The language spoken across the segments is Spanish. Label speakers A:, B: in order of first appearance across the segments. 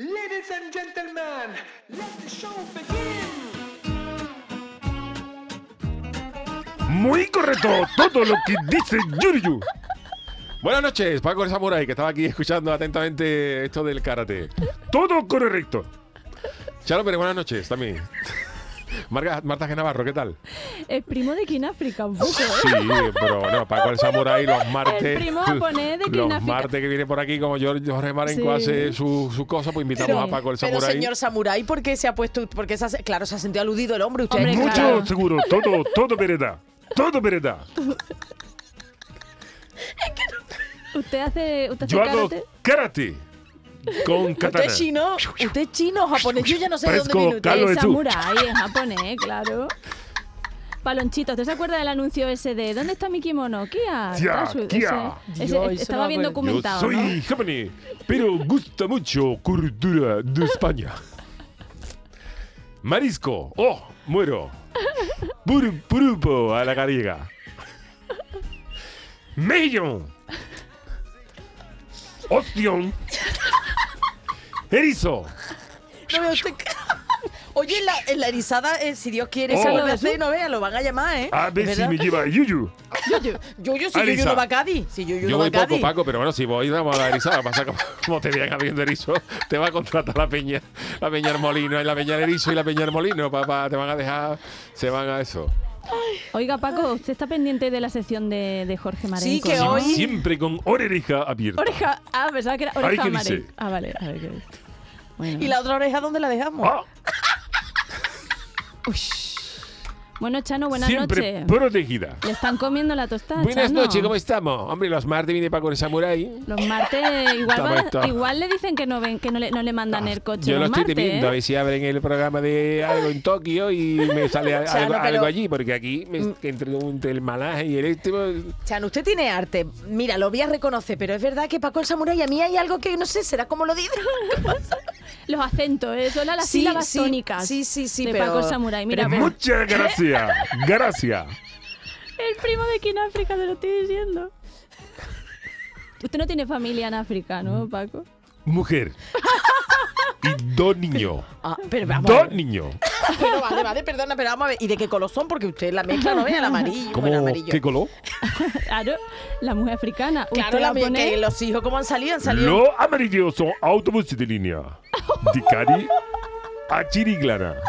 A: Ladies and gentlemen, let the show begin.
B: Muy correcto todo lo que dice Yuyu.
C: Buenas noches, Paco el Samurai, que estaba aquí escuchando atentamente esto del karate.
B: Todo correcto.
C: Charo Pérez, buenas noches también. Marga- Marta G. Navarro, ¿qué tal?
D: El primo de Kináfrica, un poco.
C: Sí, pero no, Paco el Samurai los martes.
D: El primo japonés de Kina
C: Los
D: Fica.
C: martes que viene por aquí, como Jorge Jorge Marenco
D: Sí.
C: hace su, su cosa, pues invitamos
D: Pero-
C: a Paco el
E: Pero
C: Samurai.
E: señor Samurai, ¿por qué se ha puesto.? Porque se ha- claro, se ha sentido aludido el hombre. Usted
D: Hombre,
B: Mucho
D: claro.
B: seguro. Todo, todo verdad. Todo verdad.
D: Usted hace, usted hace
B: Yo hago
D: karate.
B: karate con
E: Usted
B: katana.
E: es chino. Usted es chino o japonés. Yo ya no sé de dónde
B: Parezco
E: viene usted.
B: Carlos
D: El
B: de tú.
D: samurái eh, en japonés, claro. Palonchito, ¿usted se acuerda del anuncio ese de ¿Dónde está mi kimono? Kia.
B: Kia,
D: Tal su-
B: Kia.
D: ese- ese-
E: Dios, eso
D: estaba
E: no
D: bien
E: me
B: Yo
D: documentado.
B: soy japonés, pero gusta mucho cultura de España.
C: Marisco, oh, muero. Puru- purupo a la gallega.
B: Mellon. Ostión. Erizo.
E: No vea usted que- Oye, en la, en la erizada, eh, si Dios quiere,
B: Oh.
E: se lo ve hacer, no vea, lo van a llamar, ¿eh?
C: Ah,
B: A ver
E: ¿Es
B: si
E: verdad?
B: me lleva Yuyu.
E: Yo, yo, si yo, yo
B: Alisa.
E: no va a Cádiz. Si yo, yo,
C: Yo
E: no va
C: voy
E: a Cádiz.
C: poco, Paco, pero bueno, si voy vamos a la erizada, pasa como, como te vean habiendo erizo, te va a contratar la peña, la peña del molino, y la peña del erizo y la peña del molino, papá, te van a dejar, se van a eso.
D: Oiga, Paco, usted está pendiente de la sección de, de Jorge Marenco.
E: que
D: ¿no?
E: hoy-
B: Siempre con oreja abierta.
D: Oreja. Ah, pensaba que era oreja
B: ¿qué
D: amarilla.
B: dice?
D: Ah, vale, a ver qué dice. Bueno.
E: ¿Y la otra oreja dónde la dejamos?
B: Ah,
D: Bueno, Chano, buenas
B: siempre
D: noches.
B: protegida.
D: Le están comiendo la tostada.
C: Buenas
D: Chano.
C: noches, ¿cómo estamos? Hombre, los martes viene Paco el Samurai.
D: Los martes igual,
C: Está
D: van-
C: puesto.
D: igual le dicen que no ven, que no le, no le mandan
B: Ah,
D: el coche.
C: Yo lo
D: los
C: estoy
D: martes,
C: temiendo,
D: ¿eh?
C: a ver si abren el programa de algo en Tokio y me sale a-
E: Chano,
C: algo,
E: pero-
C: algo allí, porque aquí
D: Mm.
C: me- entre, un- entre el malaje y el este... pues,
E: Chan, usted tiene arte. Mira, lo voy a reconocer, pero es verdad que Paco el Samurai a mí hay algo que no sé, será como lo digo.
D: Los acentos, ¿eh? son las
E: Sí,
D: sílabas
E: sí,
D: tónicas.
E: sí, sí, sí,
D: de
E: pero-
D: Paco el Samurai. Mira, pero-
B: Muchas gracias. Gracias.
D: el primo de aquí en África, te lo estoy diciendo. Usted no tiene familia en África,
B: Mm.
D: ¿no, Paco?
B: Mujer.
C: y dos niños,
E: Ah, pero vamos. a
C: dos
E: ver.
C: niños.
E: Pero vale, vale, perdona, pero vamos a ver. ¿Y de qué color son? Porque usted la mezcla no vea el amarillo.
C: ¿Cómo,
E: bueno, amarillo.
C: ¿Qué color?
D: Claro, la mujer africana.
E: Claro,
D: Usted va
E: la
D: a
E: mía,
D: poner-
E: que los hijos, ¿cómo han salido? Han salido.
B: Lo amarillo son autobuses de línea. De Cari a Chiriglana.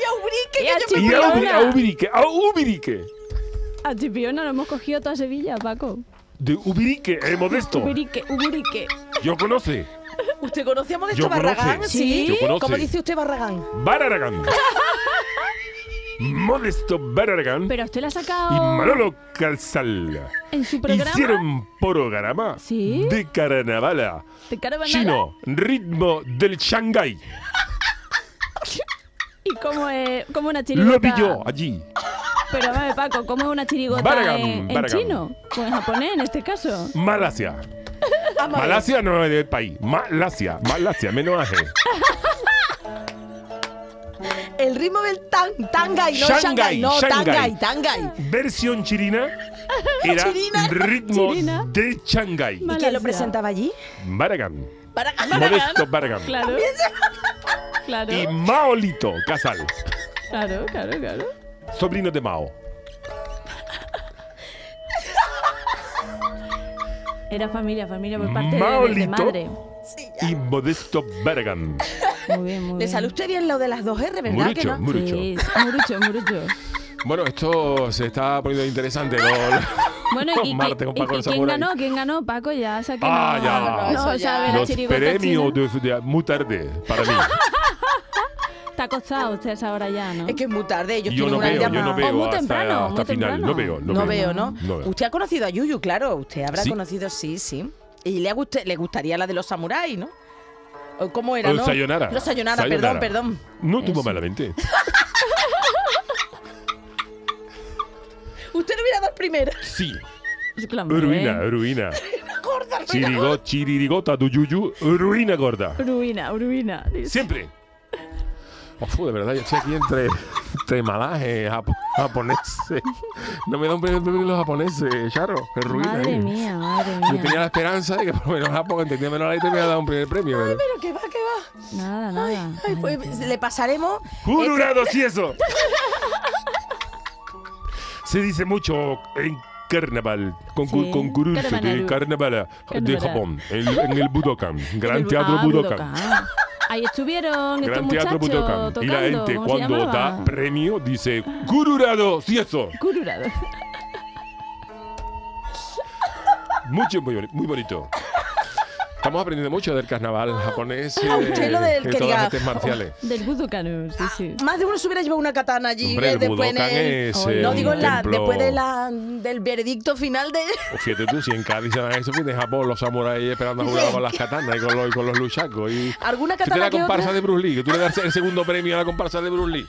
E: Y a Urique,
D: Y
E: que
D: a
E: yo me-
B: Y a, Ubi- a
D: Chiriglana.
B: Ubirique. A Ubirique.
D: A Chipiona lo hemos cogido toda Sevilla, Paco.
B: De Ubirique, el modesto.
D: Uburique, uburique.
B: Yo conoce.
E: ¿Usted conocía a Modesto
B: Yo
E: Barragán?
B: conoce.
D: Sí.
B: Yo conoce.
E: ¿Cómo dice usted Barragán?
B: Bararagán. Modesto Bararagán
D: Pero usted la ha
B: y
D: sacado
B: Manolo Calzal.
D: en su programa.
B: Hicieron programa
D: Sí.
B: de carnavala.
D: de Caravana.
B: Chino, ritmo del Shanghái.
D: Y como, eh, como una chirigota.
B: Lo vi yo allí.
D: Pero vale, Paco, ¿cómo es una chirigota
B: Baragam,
D: en, en
B: baragam.
D: chino? O en japonés, en este caso.
B: Malasia. Malasia no es del país. Malasia, Malasia, menos aje.
E: El ritmo del tan, tangay, no
B: Shanghái,
E: Shanghái, no,
B: Shanghái.
E: tangay, tangay.
B: Versión chirina era
E: Chirina.
B: ritmo
D: Chirina.
B: de Shanghái.
E: ¿Y
D: Malasia.
E: quién lo presentaba allí?
B: Baragán.
E: Barragán.
B: Modesto Baragán.
D: Claro. Claro,
B: Y Maolito Casal,
D: claro, claro, claro.
B: sobrino de Mao.
D: Era familia, familia por parte de- de, de
B: Maolito.
D: madre.
E: Sí, ya.
B: Y Modesto Baragán.
D: Muy bien, muy bien.
E: Le sale usted bien lo de las dos R, ¿verdad? que
B: Murucho,
E: no?
B: murucho.
D: Sí, murucho, murucho.
C: Bueno, esto se está poniendo interesante. ¿no?
D: Bueno,
C: Los
D: y, y-
C: martes con
D: y-
C: Paco
D: y
C: el
D: ¿quién
C: Samurai.
D: ganó? ¿Quién ganó? Paco ya, o sea que
B: Ah,
D: no,
B: ya.
D: no
E: Eso ya.
D: sabe la
B: Los
D: chirigota
B: premios
D: china.
B: de, de- muy tarde para mí.
D: Está acostado usted ahora ya, ¿no?
E: Es que es muy tarde, ellos
B: yo
E: tienen
B: no
E: una Oh,
B: veo, yo
E: llamada.
B: no
D: O muy
B: veo
D: temprano,
B: hasta, hasta
D: muy
B: final. No
D: temprano.
B: veo, no,
E: No veo, ¿no?
B: No veo.
E: Usted ha conocido a Yuyu, claro. Usted habrá
B: Sí.
E: conocido, sí, sí. Y le, ha guste- le gustaría la de los samuráis, ¿no? ¿O ¿Cómo era,
B: El
E: no?
B: sayonara.
E: Los sayonara,
B: Sayonara.
E: perdón,
B: No tuvo malamente.
E: perdón. Usted lo hubiera dado el primero.
B: Sí.
D: Exclamó, ¿eh?
B: Ruina, ruina.
E: Gorda, ruina.
B: Chirigo, chiririgota do yuyu, ruina gorda.
D: Ruina, ruina. dice.
B: Siempre.
C: Ofu, Oh, de verdad, yo estoy aquí entre, entre malaje, japo- japoneses. No me da un premio premio los japoneses, Charo. Qué ruina.
D: Madre
C: eh.
D: mía, madre
C: Yo tenía
D: mía.
C: la esperanza de que por lo menos Japón entendía menos la letra y me iba a dar un primer premio. pero-
E: Pero que va, que va.
D: Nada, nada.
E: Ay, pues, le pasaremos.
B: ¡Jurado si eso! Se dice mucho en carnaval, con,
D: Sí.
B: con concurso de
D: Carnaval.
B: carnaval de
D: Carnaval.
B: Japón, en, en el Budokan, Gran
D: Ah,
B: Teatro Budokan.
D: Budokan. Ahí estuvieron estos
B: Gran
D: muchachos
B: Teatro Budokan.
D: tocando.
B: Y la gente
D: ¿cómo se
B: cuando
D: llamaba?
B: da premio dice ¡Cururado! ¡Sí eso!
D: Cururado.
B: Mucho, muy, boni- muy bonito.
C: Estamos aprendiendo mucho del carnaval japonés y
E: Ah, usted
B: eh,
E: lo del
C: de
E: que
C: todas las
E: diga-
C: artes marciales.
D: Del Budokan, sí, sí.
E: Más de uno se hubiera llevado una katana allí.
C: Hombre,
E: eh,
C: el
E: después en
C: Budokan
E: el-
C: es.
D: No,
E: No,
C: eh,
E: digo,
C: un
E: la-
C: templo-
E: después de la, del veredicto final de...
C: O Pues Fíjate tú, si en Cádiz se dan eso, pues fíjate en Japón los samuráis esperando a jugar con las katanas y con los, y con los luchacos. Y,
E: ¿Alguna
C: Fíjate
E: katana
C: la
E: que
C: comparsa
E: otra?
C: de Bruce Lee, que tú le das el segundo premio a la comparsa de Bruce Lee.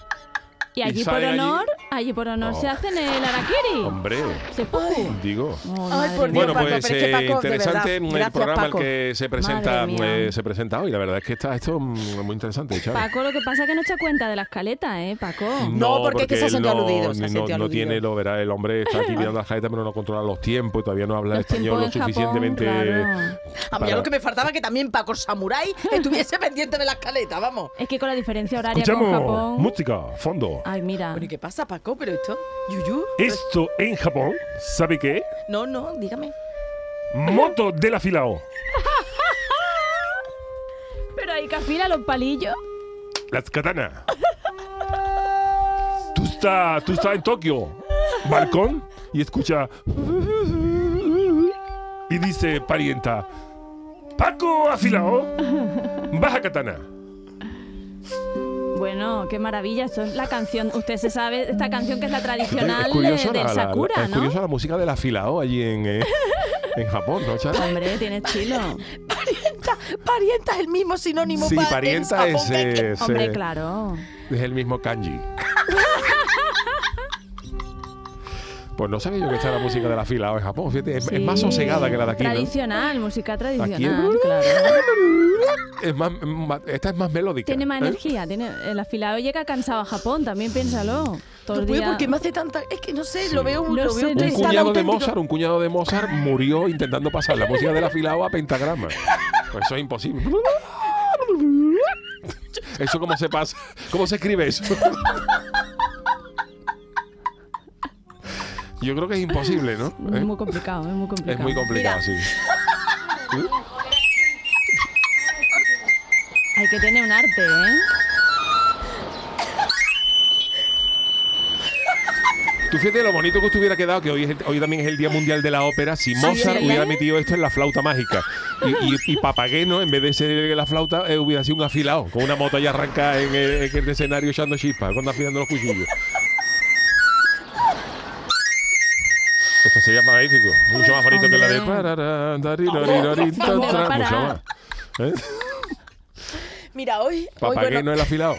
D: Y allí por
C: salen allí-
D: honor, allí por honor
C: Oh.
D: se hacen el Arakiri.
C: Hombre,
D: Seppuku.
C: digo.
D: Oh,
E: Ay,
D: madre
E: por
D: mía.
C: Bueno,
E: Dios,
C: pues
E: Paco, pero es que,
C: eh,
E: Paco, de verdad,
C: interesante el
E: gracias,
C: programa al
E: Paco.
C: que se presenta,
D: Madre mía.
C: eh, se presenta hoy. La verdad es que está esto mm, muy interesante, chaval.
D: Paco, lo que pasa es que no se da cuenta de la escaleta, ¿eh, Paco?
E: No, porque es que se
C: él
E: sentía
C: no,
E: aludido, se
C: no-
E: sentía
C: no
E: aludido.
C: tiene, lo verá, el hombre está aquí mirando las caretas, pero no controla los tiempos, todavía no habla
D: Los
C: español lo
D: tiempos en Japón,
C: suficientemente.
D: claro.
E: A mí
C: para-
E: lo que me faltaba que también Paco Samurai estuviese pendiente de la escaleta, vamos.
D: Es que con la diferencia horaria con
B: Escuchamos
D: Japón.
B: música, fondo.
D: Ay, mira.
E: Bueno, ¿y qué pasa, Paco? ¿Pero esto? ¿Yuyu?
B: Esto en Japón, ¿sabe qué?
E: No, no, dígame.
B: Moto del afilado.
D: Pero ahí que afila los palillos.
B: Las katanas. Tú estás tú está en Tokio, balcón, y escucha. Y dice parienta: Paco afilado, baja katana.
D: Bueno, qué maravilla. Esto es la canción. Usted se sabe esta canción que es la
C: Es
D: tradicional de,
C: curioso,
D: del
C: la, la-
D: Sakura,
C: es
D: ¿no?
C: curioso la música del afilado allí en, eh, en Japón, ¿no, Charo?
D: Hombre, tienes chilo.
E: Parienta, parienta es el mismo sinónimo
C: Sí,
E: pa- en
C: parienta
E: Japón
C: es,
E: que-
C: eh, es,
D: Hombre,
C: eh,
D: claro.
C: es el mismo kanji. Pues no sabía yo que está la música del afilado en Japón. Fíjate, es, es más
D: Sí.
C: sosegada que la de aquí. ¿no?
D: Tradicional, música
C: Aquí
D: tradicional,
C: es-
D: claro.
C: Es más, más- esta es más melódica.
D: Tiene más
C: ¿eh?
D: energía. Tiene, el afilado llega cansado a Japón, también piénsalo. Todo
E: No
D: el
E: puedo
D: día.
E: porque me hace tanta... Es que no sé, lo veo...
D: No
E: lo
D: sé,
E: veo
D: no
E: tan
C: Un
D: Es
C: cuñado de
E: auténtico.
C: Mozart, un cuñado de Mozart murió intentando pasar la música del afilado a pentagrama. Pues eso es imposible. Eso cómo se pasa, cómo se escribe eso. Yo creo que es imposible, ¿no?
D: Es
C: ¿Eh?
D: muy complicado, es muy complicado.
C: Es muy complicado, sí.
D: Hay que tener un arte, ¿eh?
C: Tú fíjate lo bonito que os hubiera quedado, que hoy, es el- hoy también es el Día Mundial de la Ópera, si Mozart
D: ¿verdad?
C: hubiera metido esto en la flauta mágica. Y, y- y Papageno, en vez de ser la flauta, eh, hubiera sido un afilado, con una moto ya arrancada en el, en el escenario echando chispas, cuando afilando los cuchillos. Esto sería magnífico, mucho más bonito que la de...
D: Hombre.
C: pararán, dariroririn, tan,
D: ¿Dónde va a
C: tan, Mucho
D: parar?
C: más. ¿Eh?
E: Mira, hoy... hoy, bueno,
C: Papageno el afilado.